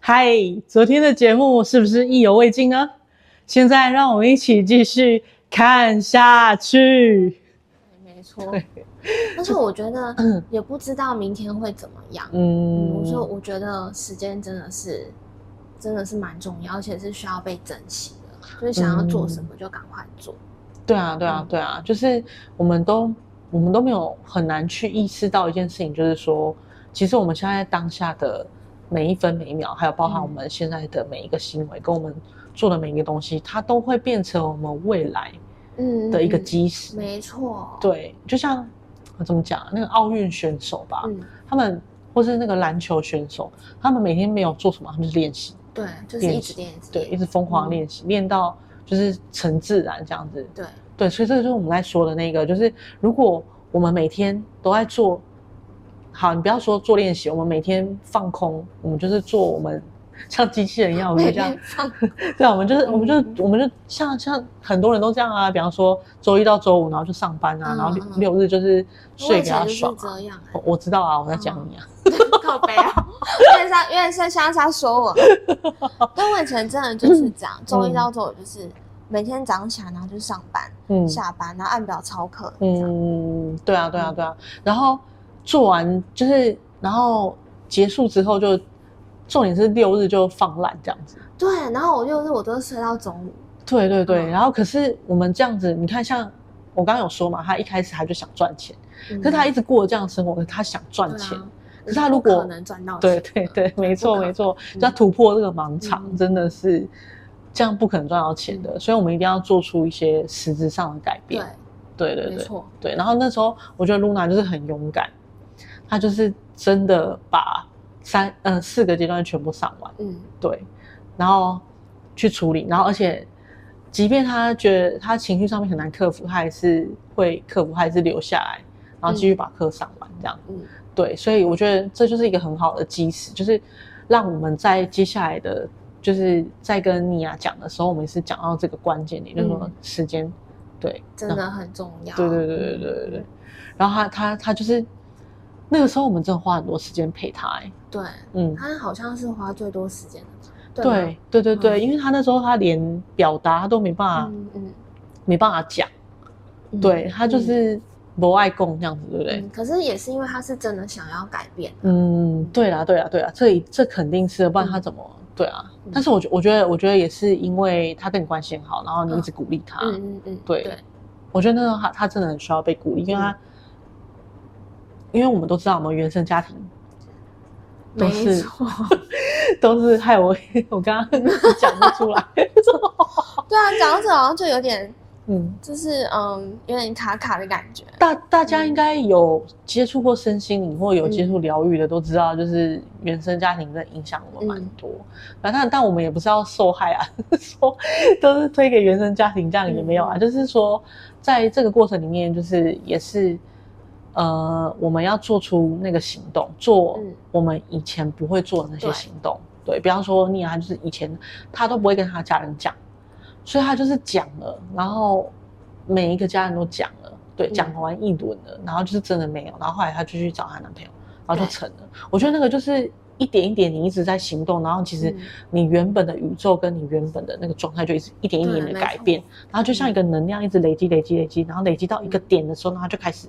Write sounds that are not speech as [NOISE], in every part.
嗨，昨天的节目是不是意犹未尽呢？现在让我们一起继续看下去。没错。但是我觉得也不知道明天会怎么样。嗯嗯，所以我觉得时间真的是真的是蛮重要，而且是需要被珍惜的。就是想要做什么就赶快做。对啊，对啊，对啊，就是我们都我们都没有很难去意识到一件事情，就是说，其实我们现在当下的每一分每一秒，还有包含嗯我们现在的每一个行为，跟我们做的每一个东西，它都会变成我们未来嗯的一个嗯基石。没错。，对，就像我怎么讲啊，那个奥运选手吧，嗯，他们或是那个篮球选手，他们每天没有做什么，他们就练习，对，就是一直练，一直对，一练直疯狂嗯练习，练到就是成自然这样子。对，对，所以这个就是我们在说的那个，就是如果我们每天都在做，好，你不要说做练习，我们每天放空，我们就是做我们像机器人一样，我们就这样， [LAUGHS] 放对啊，我们就是我们嗯就我们就像像很多人都这样啊，比方说周一到周五，然后就上班啊，嗯然后六嗯六日就是我睡以给前他就是爽啊、这样、欸我我知道啊，我在讲你啊， [LAUGHS] 靠背啊，因为他因为是现在是在说我，但我以前真的就是这嗯样，周一到周五就是每天早上起来，然后就上班、嗯下班，然后按表操课，嗯，嗯，对啊，对啊，对啊。然后做完就是，然后结束之后就，重点是六日就放烂这样子。对，然后我就是我都是睡到中午，对对对。嗯然后可是我们这样子，你看像我刚刚有说嘛，他一开始他就想赚钱，嗯可是他一直过这样的生活，可是他想赚钱。可是他如果不可能赚到对啊钱，对 [LAUGHS] 对，没错不可没错，嗯就要突破这个盲场，嗯真的是这样不可能赚到钱的。所以我们一定要做出一些实质上的改变。对对对，没对。错，对，然后那时候我觉得露娜就是很勇敢，她就是真的把三呃四个阶段全部上完，嗯，对，然后去处理，然后而且即便她觉得她情绪上面很难克服，她还是会克服，她还是留下来，然后继续把课上完，这样，嗯对，所以我觉得这就是一个很好的基石，就是让我们在接下来的。就是在跟妮亚讲的时候，我们是讲到这个关键点，就是说嗯时间，对，真的很重要，嗯对对对对对对对。然后他他他就是那个时候，我们真的花很多时间陪他、欸，对，嗯，他好像是花最多时间的，对对对对，啊嗯因为他那时候他连表达他都没办吧，法、嗯嗯没办法讲，嗯，啊对他就是不爱共这样子，对不对嗯，？可是也是因为他是真的想要改变，嗯，对啦对啦对啦，这这肯定是的，不然他怎么？对啊，嗯但是我觉我觉得我觉得也是因为他跟你关系很好，然后你一直鼓励他，嗯嗯嗯，啊对我觉得那时候他他真的很需要被鼓励，因为嗯他、因为我们都知道我们原生家庭都没是错， [LAUGHS] 都是害我， [LAUGHS] 我刚刚讲不出 [LAUGHS] 来。对啊，讲到这好像就有点，嗯，就是嗯，有点卡卡的感觉。大大家应该有接触过身心灵或有接触疗愈的，都知道就是原生家庭真的影响我们蛮多。嗯反正、但我们也不是要受害啊， [LAUGHS] 说都是推给原生家庭，这样也没有啊。嗯就是说，在这个过程里面，就是也是呃，我们要做出那个行动，做嗯我们以前不会做的那些对行动。对，比方说妮娅，就是以前她都不会跟她家人讲，所以她就是讲了，然后每一个家人都讲了，对，嗯讲完一轮了，然后就是真的没有，然后后来她就去找她男朋友，然后就对成了。我觉得那个就是一点一点，你一直在行动，然后其实嗯你原本的宇宙跟你原本的那个状态就一直一点一点的对改变，，然后就像一个能量一直累积、累积、累积，然后累积到一个嗯点的时候，然后它就开始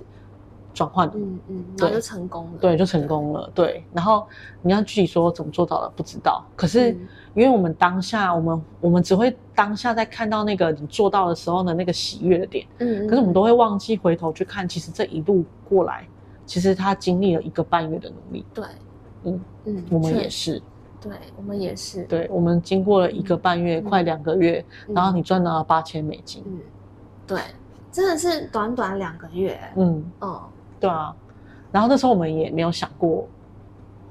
转换了没错嗯嗯，对然后就成功了。对，就成功了。对，然后你要具体说怎么做到的，不知道。可是嗯因为我们当下，我们我们只会当下在看到那个你做到的时候的那个喜悦的点，嗯，嗯可是我们都会忘记回头去看，其实这一路过来，其实他经历了一个半月的努力。对，嗯嗯，我们确也是，对，我们也是，对，我们经过了一个半月，嗯快两个月，嗯，然后你赚到了八千美金。嗯，对，真的是短短两个月，嗯，嗯，对啊。然后那时候我们也没有想过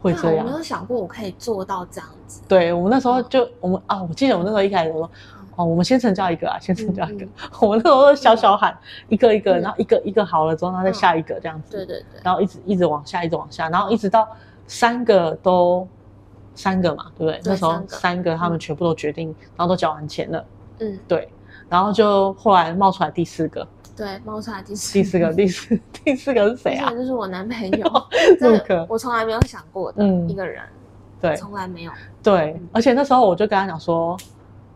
会对这啊我样没。有想过我可以做到这样子。对我们那时嗯候就我们啊，我记得我那时候一开始我说，哦，我们先成交一个啊，先成交一个。嗯 [LAUGHS] 我们那时候小小喊一个一个，嗯然后一个一个好了之后，然后再下一个这样子。对嗯对对，然后一直一直往下，一直往下，然后一直到三个都三个嘛，对不对？对那时候三个三个他们全部都决定，然后都缴完钱了，嗯，对。然后就后来冒出来第四个，对，冒出来第四第四 [LAUGHS] 个，第四第四个是谁这啊 [LAUGHS] 个？就是我男朋友陆这可个我从来没有想过的嗯一个人。对从来没有。对，而且那时候我就跟他讲说，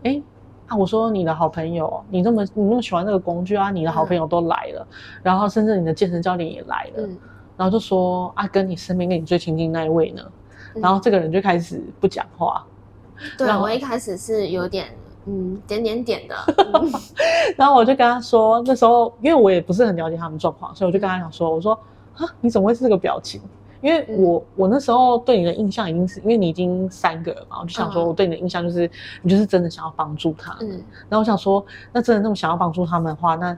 哎、啊，我说你的好朋友，你那么你那么喜欢那个工具啊，你的好朋友都来了，然后甚至你的健身教练也来了，嗯，然后就说啊，跟你身边跟你最亲近那一位呢，嗯然后这个人就开始不讲话， [LAUGHS] 对啊让我我一开始是有点嗯点点点的， [LAUGHS] 嗯然后我就跟他说，那时候因为我也不是很了解他们状况，所以我就跟他讲说，我说啊，你怎么会是这个表情？因为嗯我、我那时候对你的印象已经是因为你已经三个了嘛，我就想说嗯我对你的印象就是、你就是真的想要帮助他，嗯然后我想说，那真的那么想要帮助他们的话，那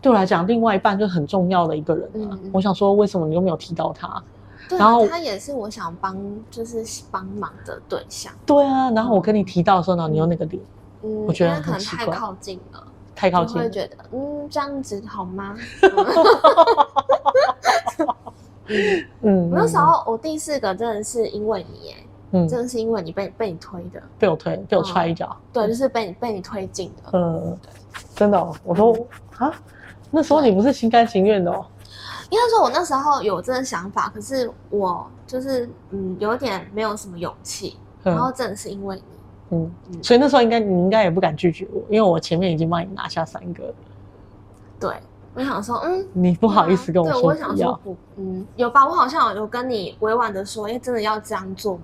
对我来讲，另外一半就很重要的一个人啊。嗯嗯我想说，为什么你又没有提到他？对啊，然后他也是我想帮，就是帮忙的对象。对啊，然后我跟你提到的时候呢，你又那个脸嗯，我觉得因为很可能奇太怪靠近了，太靠就近会了，觉得嗯这样子好吗？嗯我那时，候我第四个真的是因为你耶，嗯，真的嗯是因为你被被你推的，被我推，被我踹一脚，对，就是被你被你推进的。嗯，真的哦、我都嗯啊，那时候你不是心甘情愿的哦，应该说，我那时候有这个想法，可是我就是嗯有点没有什么勇气，然后嗯真的是因为你，嗯，嗯所以那时候应该你应该也不敢拒绝我，因为我前面已经帮你拿下三个了，对我想说嗯。你不好意思跟我对，说我想不说要，不，嗯，有吧？我好像有跟你委婉的说，哎、真的要这样做吗？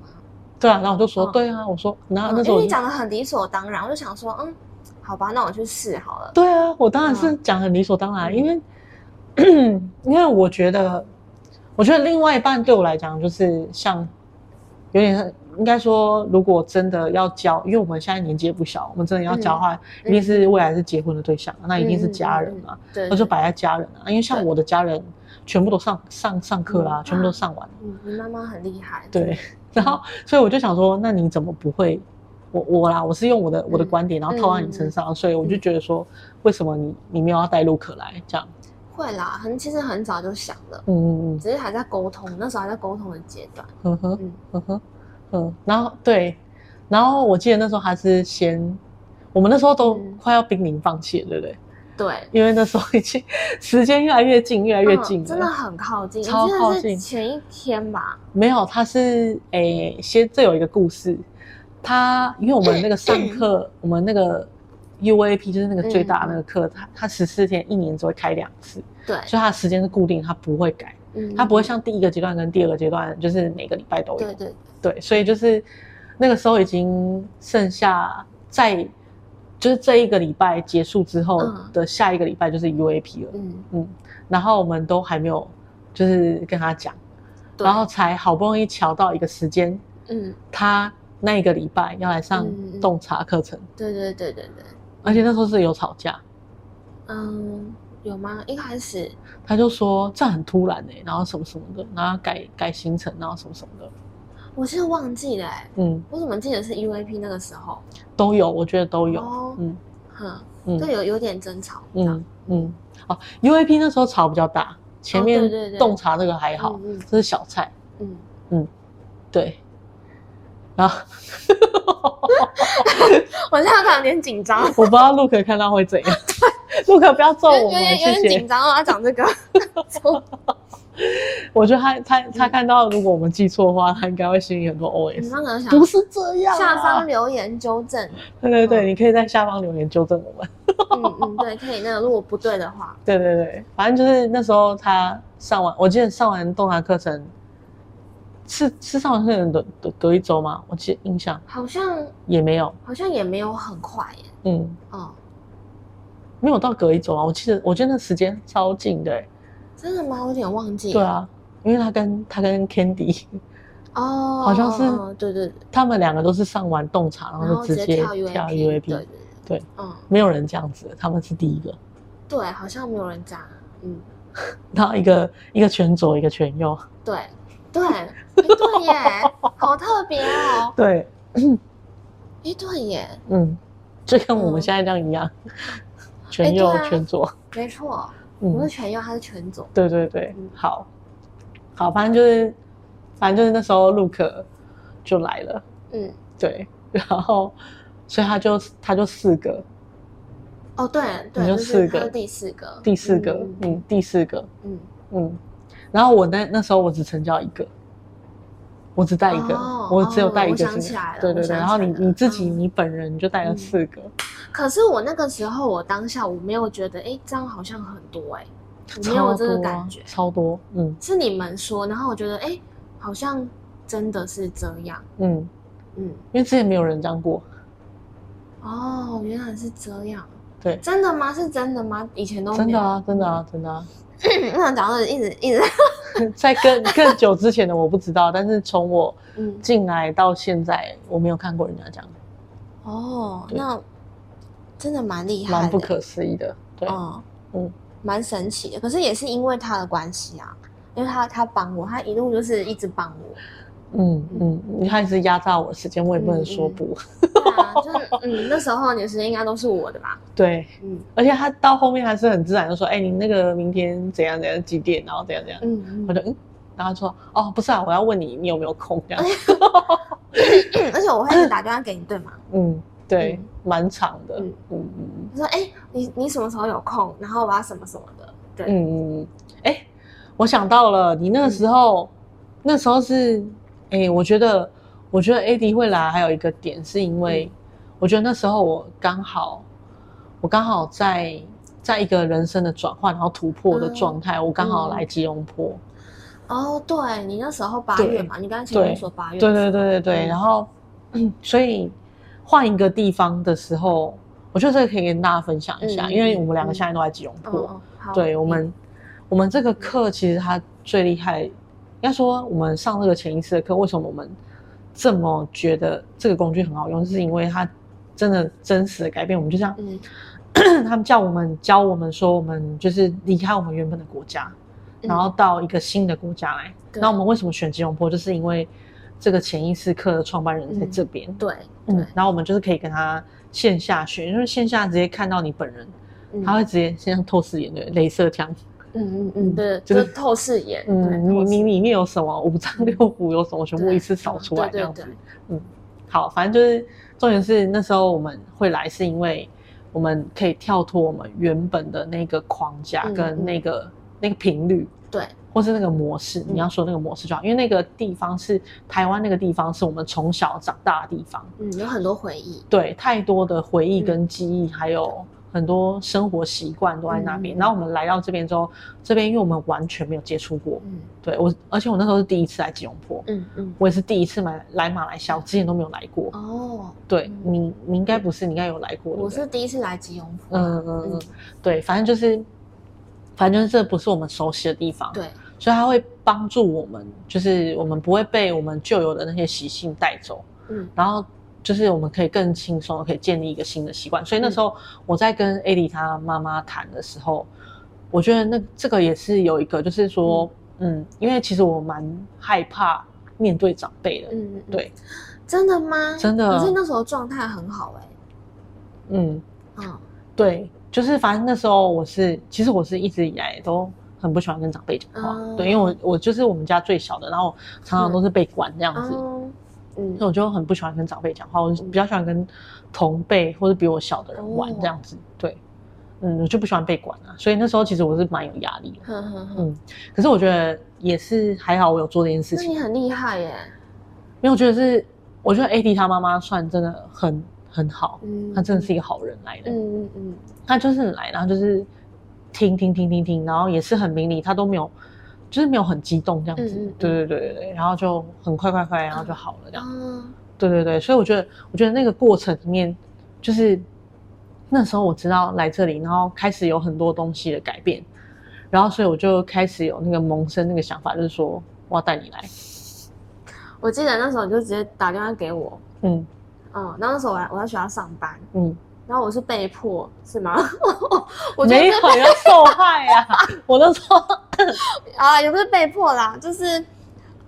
对啊，然后我就说嗯对啊，我说然后嗯那时因候我就为你讲的很理所当然，我就想说，嗯，好吧，那我去试好了。对啊，我当然是讲很理所当然，啊嗯因为因为 [COUGHS] 我觉得，我觉得另外一半对我来讲就是像有点像应该说，如果真的要交，因为我们现在年纪也不小，我们真的要交的话，嗯一定是未来是结婚的对象，那一定是家人嘛，对，那就摆在家人啊，因为像嗯对我的家人全部都上上上课啦，嗯全部都上完了，嗯，你妈妈很厉害。对，然后所以我就想说，那你怎么不会？我我啦，我是用我的嗯我的观点，然后套在你身上，所以我就觉得说，为什么你你没有要带路可来这样？会啦，很其实很早就想了，嗯嗯只是还在沟通，那时候还在沟通的阶段。嗯，呵呵嗯，呵呵，嗯，然后对，然后我记得那时候还是先，我们那时候都嗯快要濒临放弃了，对不对？对，因为那时候已经 [LAUGHS] 时间越来越近，越来越近嗯了。真的很靠近，超我记得靠是近前一天吧，没有，他是诶，先这有一个故事，他因为我们那个上 [CLEARS THROAT] 课，我们那个 UAP 就是那个最大的那个课，嗯他他十四天一年只会开两次，对，所以他的时间是固定，他不会改，嗯他不会像第一个阶段跟第二个阶段就是每个礼拜都有，对对，对，所以就是那个时候已经剩下在就是这一个礼拜结束之后嗯的下一个礼拜就是 UAP 了，嗯，嗯，然后我们都还没有就是跟他讲。对然后才好不容易瞧到一个时间，嗯，他那一个礼拜要来上嗯嗯洞察课程，对对对对对，而且那时候是有吵架，嗯，有吗？一开始他就说这很突然哎、然后什么什么的，然后改改行程，然后什么什么的，我是忘记了、欸，嗯，我怎么记得是 UAP 那个时候？都有，我觉得都有，哦嗯哼，嗯对，有有点争吵，这样嗯嗯，哦，UAP 那时候吵比较大，前哦面对对对洞察那个还好，嗯这是小菜，嗯对，然后嗯，我现在可能有点紧张，我不知道陆可看到会怎样， [LAUGHS] 陆可不要 [LAUGHS] 揍有我们，点有谢点谢紧。张哦，他讲这个， [LAUGHS] 我觉得他他他嗯看到，如果我们记错的话，他应该会心里很多你 OS。嗯那可能想不是这样、啊，下方留言纠正，对对对，你可以在下方留言纠正我们。 [LAUGHS] [LAUGHS] 嗯嗯，对，可以。那个如果不对的话，对对对，反正就是那时候他上完，我记得上完动态课程是是上完课程的隔隔一周吗？我记得印象好像也没有，好像也没有很快耶。嗯，哦，没有到隔一周啊。我记得我觉得那时间超近的、欸，真的吗？我有点忘记。对，啊，因为他跟他跟 Candy [LAUGHS] 哦，好像是嗯对对，对他们两个都是上完洞察，然然后后就直直接接跳跳 UAP，UAP，对对对对，嗯，没有人这样子的，他们是第一个。对，好像没有人讲，嗯，然后一个一个全左，一个全右。对对，哎对 [LAUGHS] 耶，好特别哦，对，哎对耶，嗯，就跟我们嗯现在这样一样，全右、对啊全左。没错，嗯我是，全右，他是全左，对对对嗯，好，好，反正就是，反正就是那时候陆可就来了，嗯，对，然后所以他就他就四个，哦对你对，就就四是个他是第四个，第四个，嗯嗯，嗯第四个，嗯，嗯，然后我那那时候我只成交一个，我只带一个，哦我只有带一个哦我想经起验来了对我对对，想然后起你来了你自己嗯你本人就带了嗯四个，可是我那个时候，我当下我没有觉得，哎、这样好像很多哎、我没有超这个多啊感觉，超多，嗯是你们说，然后我觉得，哎、好像真的是这样，嗯，嗯，因为之前没有人这样过，哦，原来是这样，对，真的吗？是真的吗？以前都真没的有。嗯啊，真的啊，真的啊，我想讲的一直一直，在更更久之前的我不知道，但是从我嗯，进来到现在，我没有看过人家这样，哦，对那真的蛮厉害的，蛮不可思议的，对，嗯嗯嗯，蛮神奇的。可是也是因为他的关系啊，因为他他帮我，他一路就是一直帮我。嗯嗯，你看是压榨我的时间，我也不能说不，对啊， [LAUGHS] 就是嗯，那时候你的时间应该都是我的吧？对，嗯而且他到后面还是很自然的说，哎、你那个明天怎样怎样几点，然后怎样怎样，嗯我嗯就嗯，然后他说哦，不是啊，我要问你，你有没有空 [LAUGHS] 这样，而且我会一直打电话给你，对吗？嗯，对嗯，蛮长的，嗯嗯嗯嗯我说哎、你你什么时候有空？然后我要什么什么的。对，嗯嗯，哎、我想到了，你那个时嗯候，那时候是，哎、我觉得，我觉得 AD 会来，还有一个点是因为，嗯我觉得那时候我刚好，我刚好在在一个人生的转换，然后突破的状态，啊我刚好来吉隆坡，哦，对你那时候八对月嘛，你刚才前面说八月，对对对对对，嗯然后，所以换一个地方的时候，我觉得这个可以跟大家分享一下，嗯嗯因为我们两个嗯现在都在吉隆嗯，坡，嗯好，对我们，我们这个课其实它最厉害，应该说我们上这个潜意识的课，为什么我们这么觉得这个工具很好用，就是因为它真的真实的改变我们，就像、 [CLEARS THROAT] 嗯他们叫我们教我们说，我们就是离开我们原本的国家，嗯然后到一个新的国家来。对那我们为什么选吉隆坡，就是因为这个潜意识课的创办人在嗯这边，对嗯对，，然后我们就是可以跟他线下学，因为线下直接看到你本人，嗯他会直接先透视眼的镭射枪。嗯嗯嗯，对，就就是是透视眼，对嗯，你透视你里面有什么五脏六腑有什么，全部嗯对一次扫出来这对样对子嗯对。，好，反正就是重点是那时候我们会来，是因为我们可以跳脱我们原本的那个框架嗯跟嗯那个那个频率，对，或是那个模式。嗯你要说那个模式就好，因为那个地方是台湾那个地方是我们从小长大的地方，嗯，有很多回忆，对，太多的回嗯忆跟记忆，还有很多生活习惯都在那边。嗯嗯然后我们来到这边之后，这边因为我们完全没有接触过，嗯对我，而且我那时候是第一次来吉隆坡，嗯嗯，我也是第一次买来马来西亚，我之前都没有来过。哦，对嗯你，你应该不是，你应该有来过。我对是第一次来吉隆不坡，对嗯嗯嗯，对，反正就是，反正就是这不是我们熟悉的地方，，对，所以它会帮助我们，就是我们不会被我们旧有的那些习性带走，嗯然后就是我们可以更轻松的可以建立一个新的习惯。所以嗯那时候我在跟艾莉她妈妈谈的时候，我觉得那这个也是有一个，就是说，嗯，因为其实我蛮害怕面对长辈的，嗯，嗯对，真的吗？真的可是那时候状态很好哎，嗯，嗯对，就是反正那时候我是，其实我是一直以来都很不喜欢跟长辈讲话，哦对，因为我我就是我们家最小的，然后常常都是被管这样子，哦，嗯所以我就很不喜欢跟长辈讲话，我比较喜欢跟同辈或者比我小的人玩哦这样子，对，嗯，我就不喜欢被管啊，所以那时候其实我是蛮有压力的，哼哼哼，嗯，可是我觉得也是还好，我有做这件事那情，你很厉害耶，因为我觉得是，我觉得 AD 他妈妈算真的很很好，嗯，她真的是一个好人来的，嗯，嗯嗯他就是来，然后就是听听听听听，然后也是很明理，他都没有，就是没有很激动这样子。嗯嗯嗯对对对对对，然后就很快快快，然后就好了这嗯，样。啊，对对对，所以我觉得，我觉得那个过程里面，就是那时候我知道来这里，然后开始有很多东西的改变，然后所以我就开始有那个萌生那个想法，就是说我要带你来。我记得那时候你就直接打电话给我，嗯嗯，然后那时候我还我在学校上班，嗯，然后我是被迫是吗？ [LAUGHS] 我觉得没有要受害啊！ [LAUGHS] 我那时候啊，也不是被迫啦，就是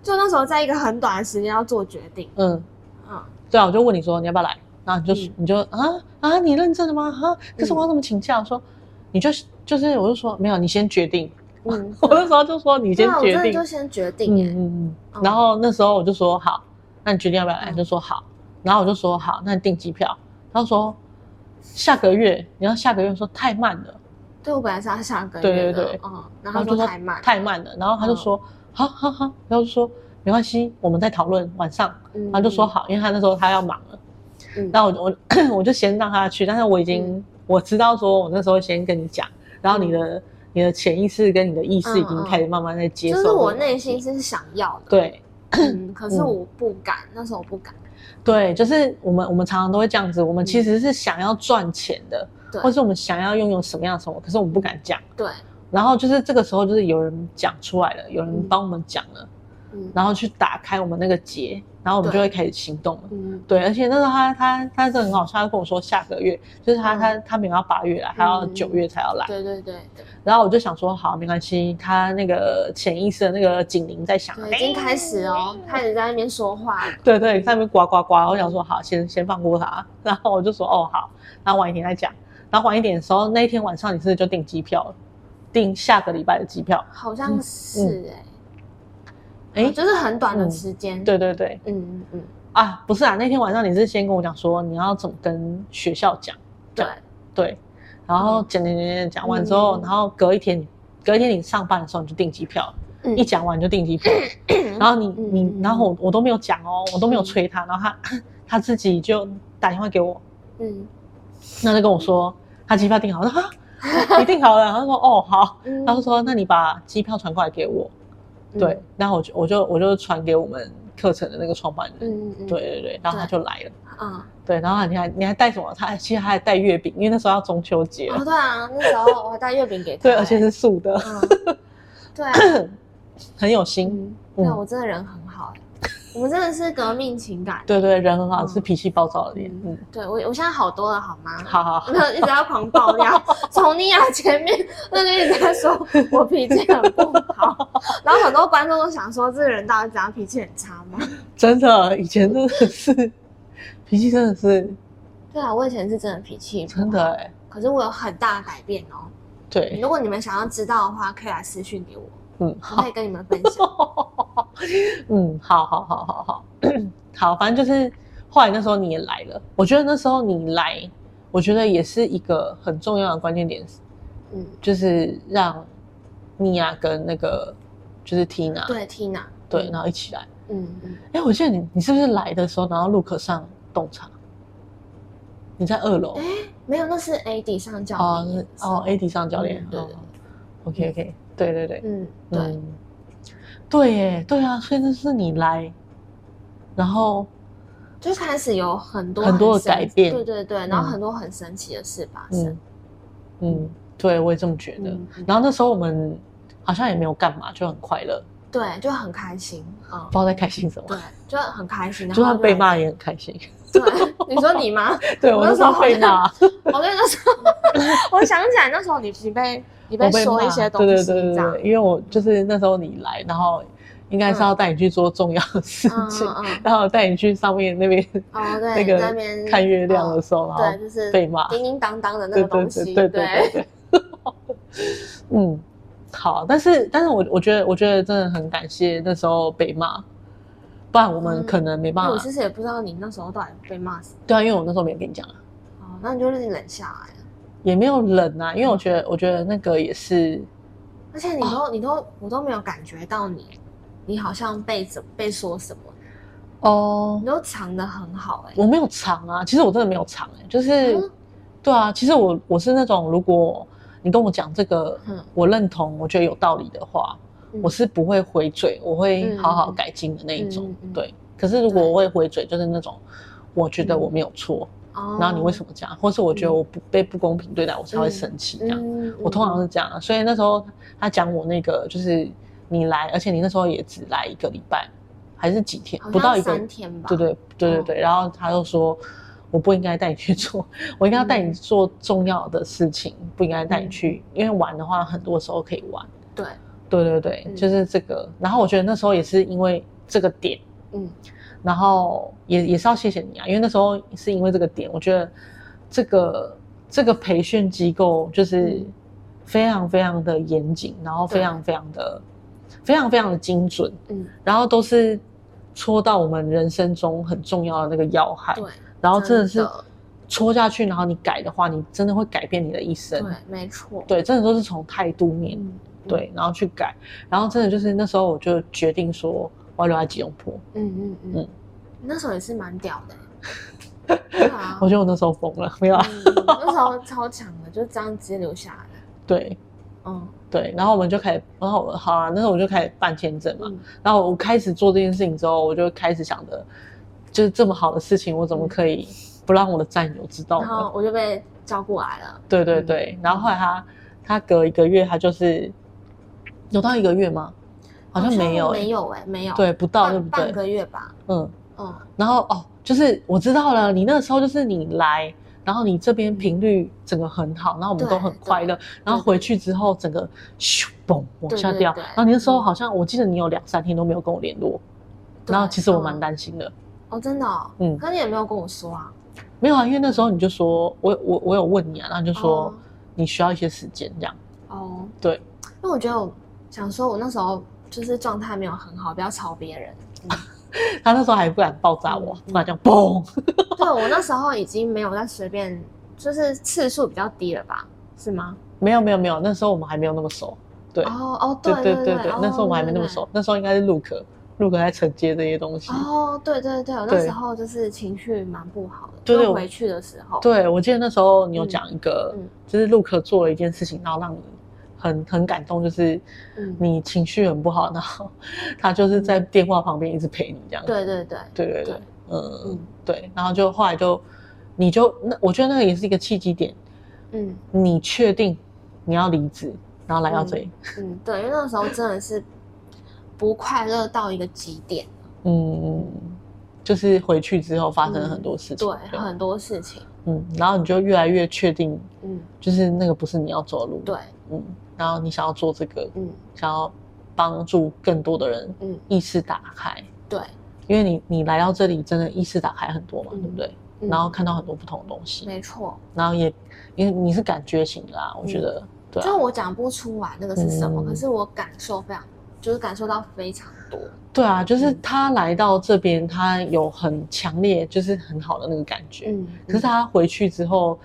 就那时候在一个很短的时间要做决定，嗯。嗯，对啊，我就问你说你要不要来，然后你就、嗯你就啊啊，你认真的吗？啊，可是我要怎么请假？我说你就就是，我就说没有，你先决定。 [LAUGHS] 嗯，我那时候就说你对先啊，我决真的定，就先决定嗯耶，嗯嗯。嗯然后那时候我就说好，那你决定要不要来？嗯你就说好，然后我就说好，那你订机票。他说下个月，你要下个月我说太慢了，对我本来是要下个对月对的，对嗯，然然后后就他说说太慢，嗯太慢了，然后他就说好好好，然后就说没关系，我们再讨论晚上。嗯然后就说，好，因为他那时候他要忙了，嗯那我就我我就先让他去，但是我已经、我知道说我那时候先跟你讲，然后你的、你的潜意识跟你的意识已嗯经嗯开始慢慢在接就受了，是我内心是想要的，对 [COUGHS] 嗯，可嗯是我不敢，那时候我不敢，对，就是我们我们常常都会这样子，我们嗯其实是想要赚钱的，对或是我们想要拥有什么样的生活，可是我们不敢讲。对，然后就是这个时候，就是有人讲出来了，有人嗯帮我们讲了，嗯然后去打开我们那个结，然后我们就对会开始行动了。嗯对，而且那时候他他他是很好笑，他跟我说下个月，就是他、嗯他他没有要八月来，他要嗯九月才要来。对对对对，然后我就想说，好，没关系，他那个潜意识的那个警铃在响，哎对，已经开始哦，开始在那边说话了，对对，上面呱呱呱，我想说好，先先放过他，然后我就说哦好，然后晚一点再讲，然后晚一点的时候，那一天晚上你是不是就订机票了？订下个礼拜的机票？好像是哎，嗯哎，就是很短的时间，，对对对，嗯嗯嗯，啊，不是啊，那天晚上你是先跟我讲说你要怎么跟学校讲，对，对，然后嗯讲讲讲讲讲完之后，嗯然后隔一天，隔一天你上班的时候你就订机票，嗯一讲完就订机票，然后你嗯你嗯然后我我都没有讲哦，我都没有嗯催他，然后他他自己就打电话给我，嗯那就跟我说他机票订好了，我说啊，你订好了，他说哦好，嗯，他就说那你把机票传过来给我，嗯对，，然后我就我就我就传给我们课程的那个创办人，嗯嗯嗯，对对对，然后他就来了。嗯，对，然后你还你还带什么？他其实他还带月饼，因为那时候要中秋节了，哦对啊，那时候我还带月饼给他， [LAUGHS] 欸对，而且是素的，嗯， [COUGHS] 对啊，哦很有心。嗯，对啊，我真的人很好哎，我们真的是革命情感，对对，人很好，嗯是脾气暴躁的脸。嗯，对我我现在好多了好吗？好好好，没有一直要狂爆料， [LAUGHS] 从你雅前面那就一直在说我脾气很不好，然后很多观众都想说这个人到底怎样脾气很差吗？真的，以前真的是 [LAUGHS] 脾气真的是对啊，我以前是真的脾气不好真的，哎、可是我有很大的改变哦。对，如果你们想要知道的话，可以来私讯给我，嗯，我可以跟你们分享。 [LAUGHS] 好， [LAUGHS] 嗯，好好好好 [COUGHS] 好，好，反正就是后来那时候你也来了，我觉得那时候你来，我觉得也是一个很重要的关键点，嗯，就是让妮亚跟那个就是 Tina 对，Tina，对，然后一起来。嗯嗯，哎，我记得你你是不是来的时候，然后陆可上洞察，你在二楼哎、没有，那是 AD 上教哦练那哦，AD 上教练嗯，对哦 OK OK，对对对，嗯，对，嗯，对耶，对啊，所以那是你来，然后就开始有很多很多的神改变对对对，然后嗯很多很神奇的事发生嗯。嗯，对我也这么觉得嗯嗯。然后那时候我们好像也没有干嘛，就很快乐，对，就很开心，嗯不，知道在开心什么对。，就很开心。然就后算被骂也很开心， [LAUGHS] 对，你说你吗？对我那时候被骂，我对那时候， [LAUGHS] 我想起来那时候你你被你我被说骂一些东对西，对对这样对，对，因为我就是那时候你来，然后应该是要带你去做重要的事嗯情，嗯嗯， [LAUGHS] 然后带你去上面那边 [LAUGHS] 哦那对，个那边看月亮的嗯时候，然对，后就是被骂叮叮当当的那对个对东对西，对对对， [LAUGHS] 嗯，好，但是但是我我觉得我觉得真的很感谢那时候被骂，不然我们嗯可能没办那我法其，实也不知道你那时候到底被骂死，对啊，因为我那时候没有跟你讲啊，哦，那你就自己忍下来了。也没有冷啊，因为我觉得我觉得那个也是而且你哦都你都我都没有感觉到你，你好像被怎被说什么，哦你，都藏得很好哎。我没有藏啊，其实我真的没有藏哎、就是、嗯对啊，其实我我是那种如果你跟我讲这个，嗯我认同，我觉得有道理的话，嗯我是不会回嘴，我会嗯好好改进的那一种。嗯嗯嗯对，可是如果对我会回嘴，就是那种我觉得我没有错，嗯哦然后你为什么这样，或是我觉得我不、被不公平对待，我才会生气这样。嗯，嗯我通常是这样啊，所以那时候他讲我那个就是你来，而且你那时候也只来一个礼拜，还是几天，好不到像一个三天吧，对嗯对对对对，然后他又说，我不应该带你去做，我应该要带你嗯做重要的事情，不应该带你去，因为玩的话很多时候可以玩。对，对对对，嗯就是这个。然后我觉得那时候也是因为这个点，嗯然后也也是要谢谢你啊，因为那时候是因为这个点，我觉得这个这个培训机构就是嗯非常非常的严谨，然后非对常非常的非常非常的精准，嗯，然后都是戳到我们人生中很重要的那个要害，对，然后真的真是的戳下去，然后你改的话，你真的会改变你的一生对。，没错，对，真的都是从态度面嗯，嗯对，然后去改，然后真的就是那时候我就决定说，我要留在吉隆坡。嗯嗯嗯嗯，那时候也是蛮屌的。 [LAUGHS] 对啊我，觉得我那时候疯了，没有啊？嗯那时候超强的，就这样直接留下来。对嗯对，然后我们就开始，然后我好啊，那时候我就开始办签证嘛。嗯然后我开始做这件事情之后，我就开始想着，就是这么好的事情，我怎么可以不让我的战友知道嗯然后呢？我就被叫过来了。对对嗯对。然后后来他他隔一个月，他就是有到一个月吗？好像没有欸、没有哎，没有，对，不到，对半不半对？个月吧。嗯。嗯，然后哦，就是我知道了，你那时候就是你来，然后你这边频率整个很好，然后我们嗯对都很快乐，然后回去之后整个咻嘣往下掉，对对对然后你那时候嗯好像我记得你有两三天都没有跟我联络，对然后其实我蛮嗯担心的，哦，真的哦，嗯可是你也没有跟我说啊。没有啊，因为那时候你就说我我我有问你啊，然后你就说哦你需要一些时间这样，哦，对，因为我觉得我想说，我那时候就是状态没有很好，不要吵别人。他那时候还不敢爆炸我，嗯突然这样嘣， [LAUGHS] 对我那时候已经没有在随便，就是次数比较低了吧？是吗？ [LAUGHS] 没有没有没有，那时候我们还没有那么熟，对哦哦，对对对对，那时候我们还没那么哦熟，那时候应该是陆可陆可在承接这些东西，哦，对对对，我那对时候就是情绪蛮不好的，对对就我回去的时候，对，我记得那时候你有讲一个，嗯嗯就是陆可做了一件事情，然后让你很很感动，就是嗯你情绪很不好，然后 [LAUGHS] 他就是在电话旁边一直陪你这样。对对对，嗯对对对对，嗯嗯对，然后就后来就你就那我觉得那个也是一个契机点，嗯你确定你要离职，然后来到这里，嗯，对，因为那时候真的是不快乐到一个极点，嗯。就是回去之后发生了很多事情，嗯对，很多事情，嗯，然后你就越来越确定，嗯，就是那个不是你要走的路，对，嗯，然后你想要做这个，嗯想要帮助更多的人嗯，意识打开，对，因为你你来到这里真的意识打开很多嘛，嗯对不对？嗯然后看到很多不同的东西，没错，然后也因为你是感觉型的啊，我觉得、对嗯就是啊，我讲不出来那个是什么，嗯可是我感受非常，就是感受到非常多，对啊，就是嗯他来到这边，他有很强烈，就是很好的那个感觉。嗯，可是他回去之后，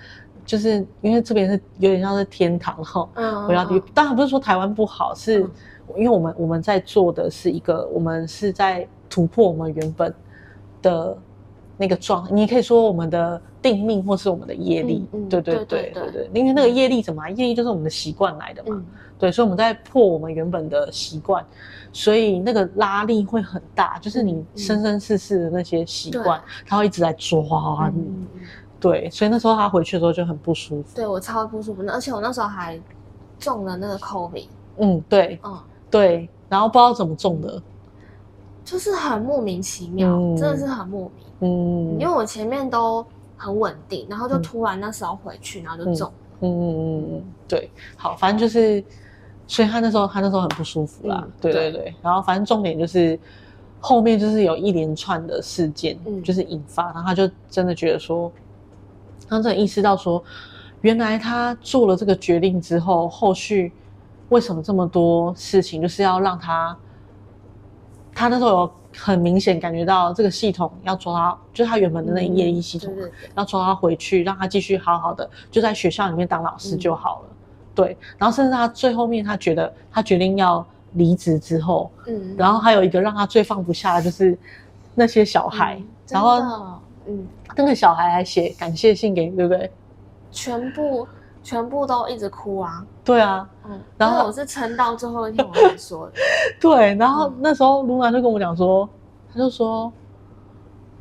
就是因为这边是有点像是天堂哈、嗯，嗯，回到地，当然不是说台湾不好，是嗯因为我们我们在做的是一个，我们是在突破我们原本的那个状，你可以说我们的定命或是我们的业力，嗯嗯对对对对对对对，因为那个业力怎么来、业力就是我们的习惯来的嘛，嗯对，所以我们在破我们原本的习惯，所以那个拉力会很大，就是你嗯嗯生生世世的那些习对惯，它会一直在抓嗯你，嗯嗯对，所以那时候他回去的时候就很不舒服，对我超不舒服的，而且我那时候还中了那个 COVID，嗯，对嗯，对，然后不知道怎么中的。就是很莫名其妙，嗯真的是很莫名，嗯因为我前面都很稳定，然后就嗯突然那时候回去，然后就中，嗯嗯嗯，对，好，反正就是，所以他那时候他那时候很不舒服啦，嗯对对对对，然后反正重点就是后面就是有一连串的事件，嗯就是引发，然后他就真的觉得说，他真的意识到说，原来他做了这个决定之后，后续为什么这么多事情，就是要让他，他那时候有很明显感觉到这个系统要抓他，就是他原本的嗯那个业力系统对。对对，要抓他回去，让他继续好好的就在学校里面当老师嗯就好了。对，然后甚至他最后面，他觉得他决定要离职之后，嗯，然后还有一个让他最放不下的就是那些小孩，嗯然后真的嗯，那个小孩还写感谢信给你，对不对？全部全部都一直哭啊，对啊，嗯，然后因为我是撑到最后一天我才说 [LAUGHS] 的，对。然后嗯那时候露娜就跟我讲说，他就说。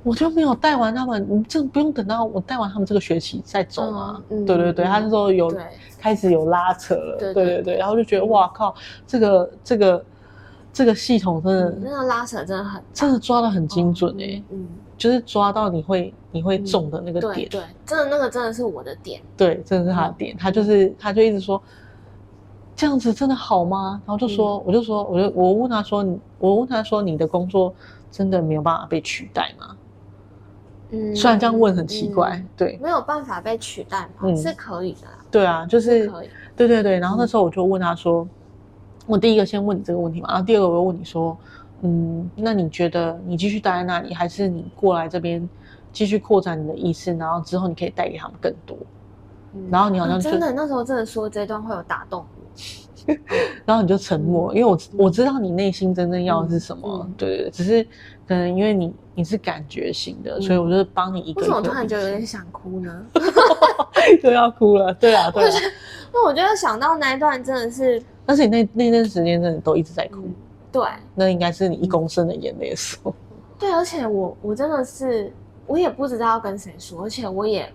我就没有带完他们，你这不用等到我带完他们这个学期再走啊。嗯嗯对对对，嗯他那时候有对，开始有拉扯了，对对对对对，然后就觉得嗯哇靠，这个这个这个系统真的、嗯那个拉扯真的很真的抓的很精准哎、嗯，就是抓到你会你会中的那个对点，对，嗯真的那个真的是我的点，对，真的是他的点，他就是他就一直说这样子真的好吗？然后就嗯说、我就说我就我问他说你我问他说你的工作真的没有办法被取代吗？嗯，虽然这样问很奇怪，嗯对没有办法被取代嘛，嗯是可以的啦，对啊，就是可以，对对对，然后那嗯时候我就问他说，我第一个先问你这个问题嘛，然后第二个我又问你说，嗯，那你觉得你继续待在那里，还是你过来这边继续扩展你的意识，然后之后你可以带给他们更多？嗯然后你好像啊就真的那时候真的说这段会有打动我，然后你就沉默，因为我我知道你内心真正要的是什么，嗯嗯嗯对对对，只是可能因为你你是感觉型的，所以我就帮你一个嗯为一个什么我突然理就有清点想哭呢？ [LAUGHS] 都要哭了，对啊对啊， [LAUGHS] 因为我觉得想到那一段真的是，但是你那那段时间真的都一直在哭，嗯，对那应该是你一公升的眼泪的时候，对，而且我我真的是，我也不知道要跟谁说，而且我也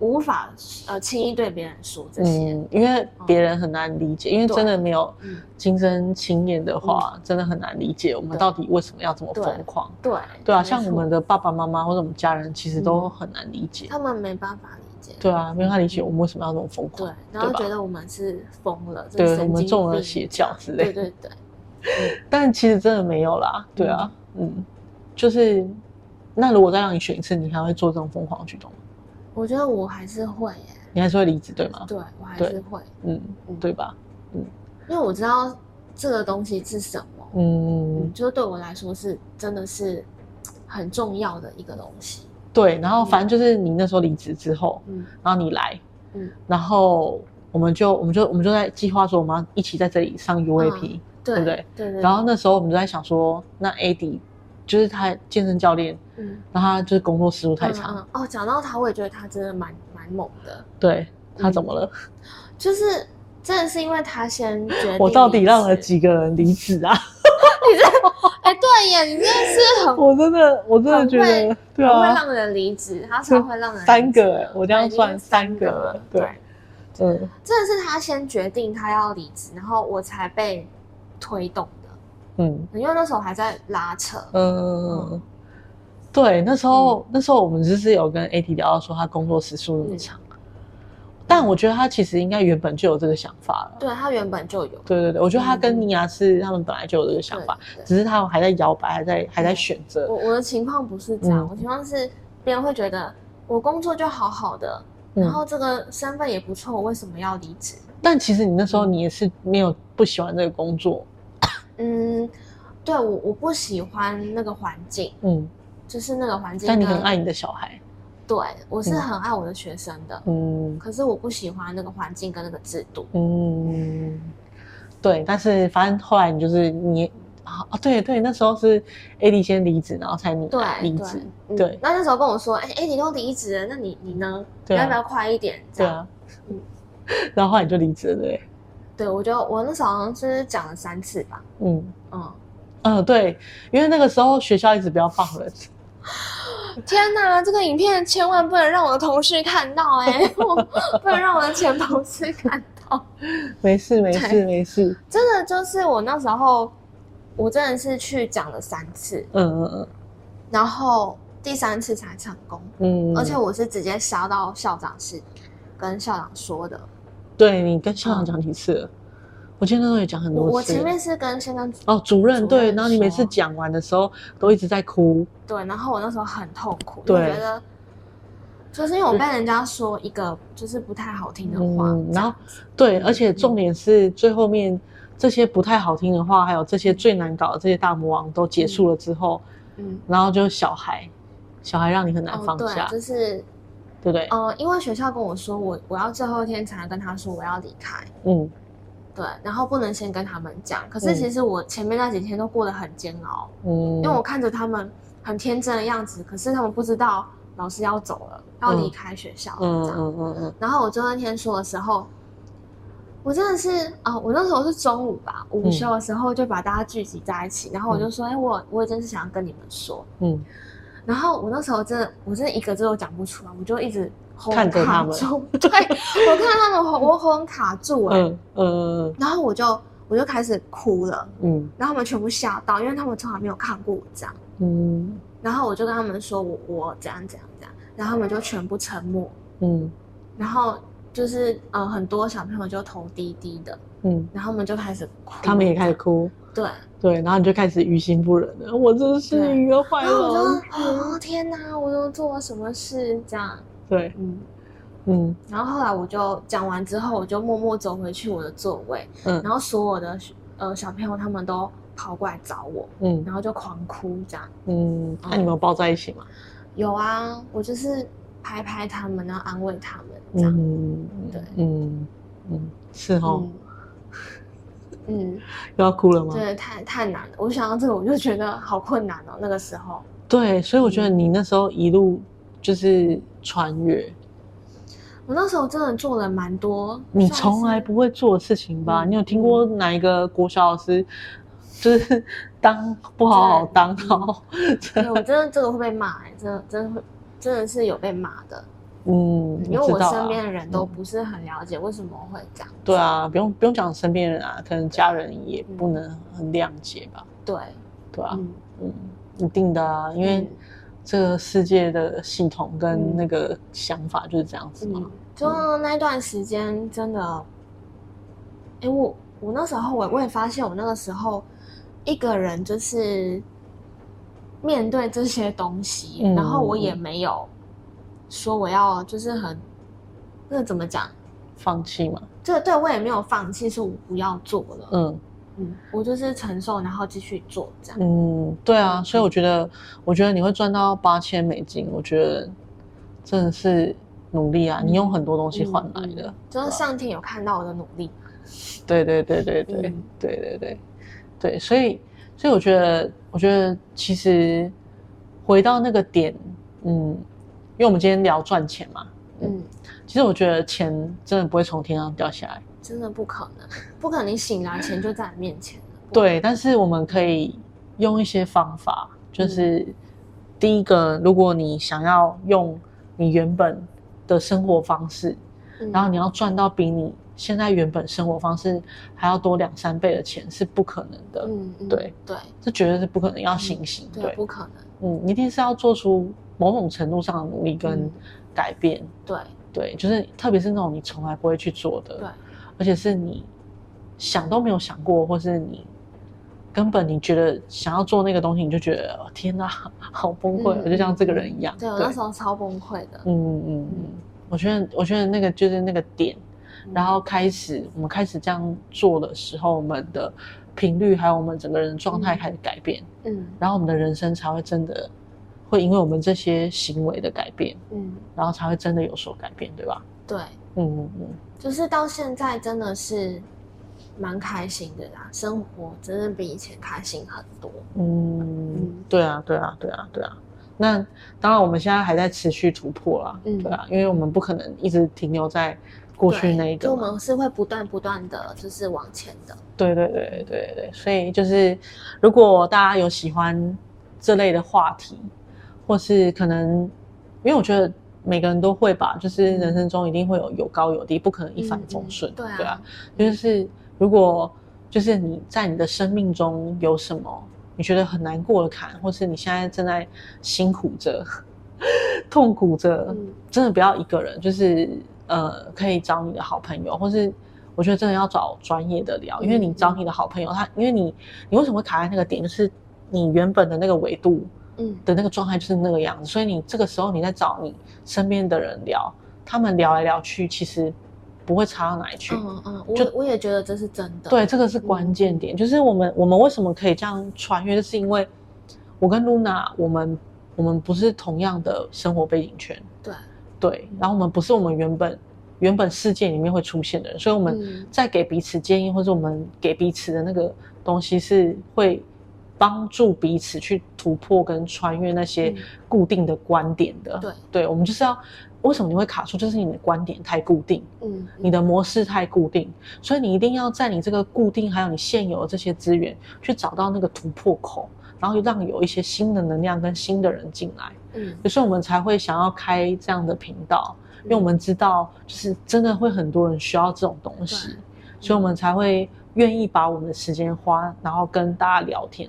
无法呃轻易对别人说这些。嗯，因为别人很难理解，因为真的没有嗯，亲身经验的话，真的很难理解我们对到底为什么要这么疯狂。对对啊，没像我错嗯们的爸爸妈妈或者我们家人，其实都很难理解。他们没办法理解。对啊，没有他理解嗯我们为什么要这么疯对狂。，然后对吧觉得我们是疯了，这对是神我们经中了病邪教之类对对对，但其实真的没有啦。对啊，嗯，就是那如果再让你选一次，你还会做这种疯狂的举动吗？我觉得我还是会耶，你还是会离职对吗？对我还啊对是会，嗯，嗯对吧？因为我知道这个东西是什么，嗯嗯，，就是对我来说是真的是很重要的一个东西。对。然后反正就是你那时候离职之后，嗯然后你来，嗯，然后我们就我们就我们就在计划说我们要一起在这里上 UAP，、对对不对对啊对对。然后那时候我们就在想说，那 AD 就是他健身教练，嗯，然后他就是工作时数太长，嗯嗯哦，讲到他，我也觉得他真的蛮蛮猛的，对嗯他怎么了？就是真的是因为他先决定我到底让了离职几个人离职啊？你这，哎，对耶，你真的是 [LAUGHS] 很我真的我真的觉嗯很得，对不会啊，让人离职，他超会让人离职三个欸我这样对已经算三三个了了，对对，嗯，真的是他先决定他要离职，然后我才被推动的，嗯因为那时候还在拉扯，嗯，对，那时嗯候、那时候我们就是有跟 AT 聊到说他工作时数那么长，但我觉得他其实应该原本就有这个想法了。对他原本就有对对对，我觉得他跟嗯尼亚是他们本来就有这个想法，对嗯对只是他们还在摇摆，还在还在选择。我我的情况不是这样，嗯我情况是别人会觉得我工作就好好的，然嗯，后这个身份也不错，我为什么要离职？但其实你那时候你也是没有不喜欢这个工作，嗯，对我我不喜欢那个环境，嗯，就是那个环境但跟。你很爱你的小孩，对，我是嗯很爱我的学生的，嗯可是我不喜欢那个环境跟那个制度。嗯，对。但是反正后来你就是你啊，啊对对，那时候是 AD 先离职，然后才你对，离对职，嗯对那那时候跟我说，哎、哎，你都离职了，那你你呢？对啊你要不要快一点？这对样，啊，然后后来你就离职了，对对我就我那时候好像是讲了三次吧，不对，嗯。嗯，嗯，对，因为那个时候学校一直不要放人，天哪，这个影片千万不能让我的同事看到、 [LAUGHS] 哎，我不能让我的前同事看到。没事没事对没事，真的就是我那时候，我真的是去讲了三次，嗯嗯然后第三次才成功，嗯嗯，而且我是直接杀到校长室跟校长说的。对你跟校长讲几次了？我记得那时候也讲很嗯我多我次。前面是跟先跟哦，主任主任对，然后你每次说讲完的时候都一直在哭，对，然后我那时候很痛苦，我对觉得就是因为我被人家说一个就是不太好听的话，嗯这然样嗯后对，而且重点是最后面这些不太好听的话，还有这些最难搞的这些大魔王都结束了之后，嗯，然后就是小孩，小孩让你很难哦放对下，，就是对不对？呃，因为学校跟我说我我要最后一天才能跟他说我要离开，嗯，对，然后不能先跟他们讲，嗯可是其实我前面那几天都过得很煎熬，嗯，因为我看着他们很天真的样子，可是他们不知道老师要走了，要离嗯开学校了，嗯这样。嗯嗯嗯然后我最后一天说的时候，我真的是啊、我那时候是中午吧，午休的时候就把大家聚集在一起，然后我就说，哎、我我真是想要跟你们说。嗯，然后我那时候真的，我真的一个字都讲不出来，我就一直喉看咙着他卡们住， [LAUGHS] 对我看到他们喉，我喉咙卡住哎、嗯嗯然后我就我就开始哭了，嗯然后他们全部吓到，因为他们从来没有看过我这样。嗯然后我就跟他们说我我怎样怎样怎样，然后他们就全部沉默，嗯然后就是呃很多小朋友就头低低的，嗯，然后他们就开始哭，他们也开始哭，对，对，然后你就开始于心不忍了，我真是对一个坏然后我老就哦天哪，我又做了什么事这样，对，嗯，嗯然后后来我就讲完之后，我就默默走回去我的座位，嗯然后所有的呃小朋友他们都跑过来找我，嗯然后就狂哭这样，嗯，那你们有抱在一起吗？有啊，我就是拍拍他们，然后安慰他们这样，嗯，对嗯嗯，是哦嗯，嗯，又要哭了吗？真的太太难了。我想到这个，我就觉得好困难哦。那个时候，对，所以我觉嗯得你那时候一路就是穿越，我那时候真的做了蛮多，你算从来是不会做的事情吧？嗯你有听过哪一个国小老师，就是 [LAUGHS] 当不好好对嗯当哦好？对我真的这个会被骂、欸，真的真的会真的是有被骂的，嗯，因为我知道啊身边的人都不是很了解为什么会这样。对，啊，不用不用讲身边人啊，可能家人也嗯不能很谅解吧？对，对啊，嗯，嗯，一定的啊，因为嗯这个世界的系统跟嗯那个想法就是这样子嘛嗯。，就那段时间真的，哎、我我那时候我我也发现，我那个时候一个人就是面对这些东西，嗯然后我也没有说我要就是很那怎么讲，放弃嘛，这对我也没有放弃，是我不要做了，嗯嗯我就是承受，然后继续做这样，嗯，对啊，嗯所以我觉得，我觉得你会赚到八千美金，我觉得真的是努力啊，嗯你用很多东西换来的，就是上天有看到我的努力，对对对对对嗯对对对对，所以所以我觉得，我觉得其实回到那个点，嗯，因为我们今天聊赚钱嘛，嗯嗯，其实我觉得钱真的不会从天上掉下来。真的不可能，不可能，你醒来钱就在你面前了，不可能，对，但是我们可以用一些方法，就是、嗯第一个，如果你想要用你原本的生活方式，嗯 [LAUGHS] 然后你要赚到比你现在原本生活方式还要多两三倍的钱是不可能的，嗯嗯对对。这绝对是不可能，要醒醒。对，啊对，不可能，嗯，一定是要做出某种程度上的努力跟嗯改变，对对，就是特别是那种你从来不会去做的，对，而且是你想都没有想过，或是你根本你觉得想要做那个东西，你就觉得哦天哪， [LAUGHS] 好崩溃，嗯我就像这个人一样。对我那时候超崩溃的，嗯嗯嗯，我觉得我觉得那个就是那个点，嗯嗯然后开始我们开始这样做的时候，我们的频率还有我们整个人的状态嗯开始改变，嗯然后我们的人生才会真的会因为我们这些行为的改变，嗯，然后才会真的有所改变，对吧？对，嗯嗯嗯。就是到现在真的是蛮开心的啦，生活真的比以前开心很多，嗯嗯，对啊，对啊，对啊，对啊。那当然，我们现在还在持续突破啦，嗯对啊，因为我们不可能一直停留在过去对那一个就我嘛，们是会不断不断的就是往前的，对对对对对对。所以就是，如果大家有喜欢这类的话题，或是可能，因为我觉得每个人都会吧，就是人生中一定会有有高有低，不可能一帆嗯风嗯顺，对啊对啊。就是如果就是你在你的生命中有什么你觉得很难过的坎，或是你现在正在辛苦着、 [LAUGHS] 痛苦着，嗯真的不要一个人，就是呃，可以找你的好朋友，或是我觉得真的要找专业的聊，因为嗯你找你的好朋友，他因为你你为什么会卡在那个点，就是你原本的那个维度嗯的那个状态就是那个样子，所以你这个时候你在找你身边的人聊，他们聊来聊去，其实不会差到哪里去。嗯嗯，我也我也觉得这是真的，嗯对，这个是关键点，就是我们我们为什么可以这样穿越，就是因为我跟露娜，我们我们不是同样的生活背景圈，对，对，然后我们不是我们原本原本世界里面会出现的人，所以我们嗯在给彼此建议，或者我们给彼此的那个东西是会帮助彼此去突破跟穿越那些嗯固定的观点的。对，对，我们就是要为什么你会卡住，就是你的观点太固定。嗯，你的模式太固定，所以你一定要在你这个固定还有你现有的这些资源去找到那个突破口，然后让有一些新的能量跟新的人进来，嗯，所以我们才会想要开这样的频道，因为我们知道就是真的会很多人需要这种东西对，所以我们才会愿意把我们的时间花，然后跟大家聊天。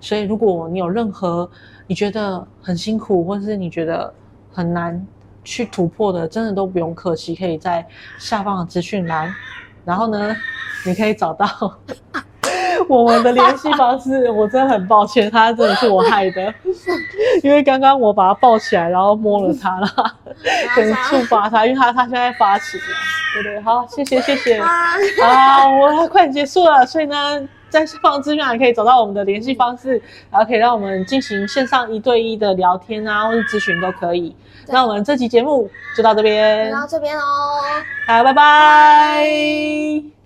所以如果你有任何你觉得很辛苦，或是你觉得很难去突破的，真的都不用客气，可以在下方的资讯栏，然后呢，你可以找到我们的联系方式。我真的很抱歉，他真的是我害的，因为刚刚我把他抱起来，然后摸了他了，嗯可能触发他，因为他他现在发情了。对对，好，谢谢谢谢。啊， [LAUGHS] 啊，我快点结束了，所以呢，在下方资讯栏可以找到我们的联系方式，然后可以让我们进行线上一对一的聊天啊，或是咨询都可以。对那我们这期节目就到这边就，到这边哦。好，拜拜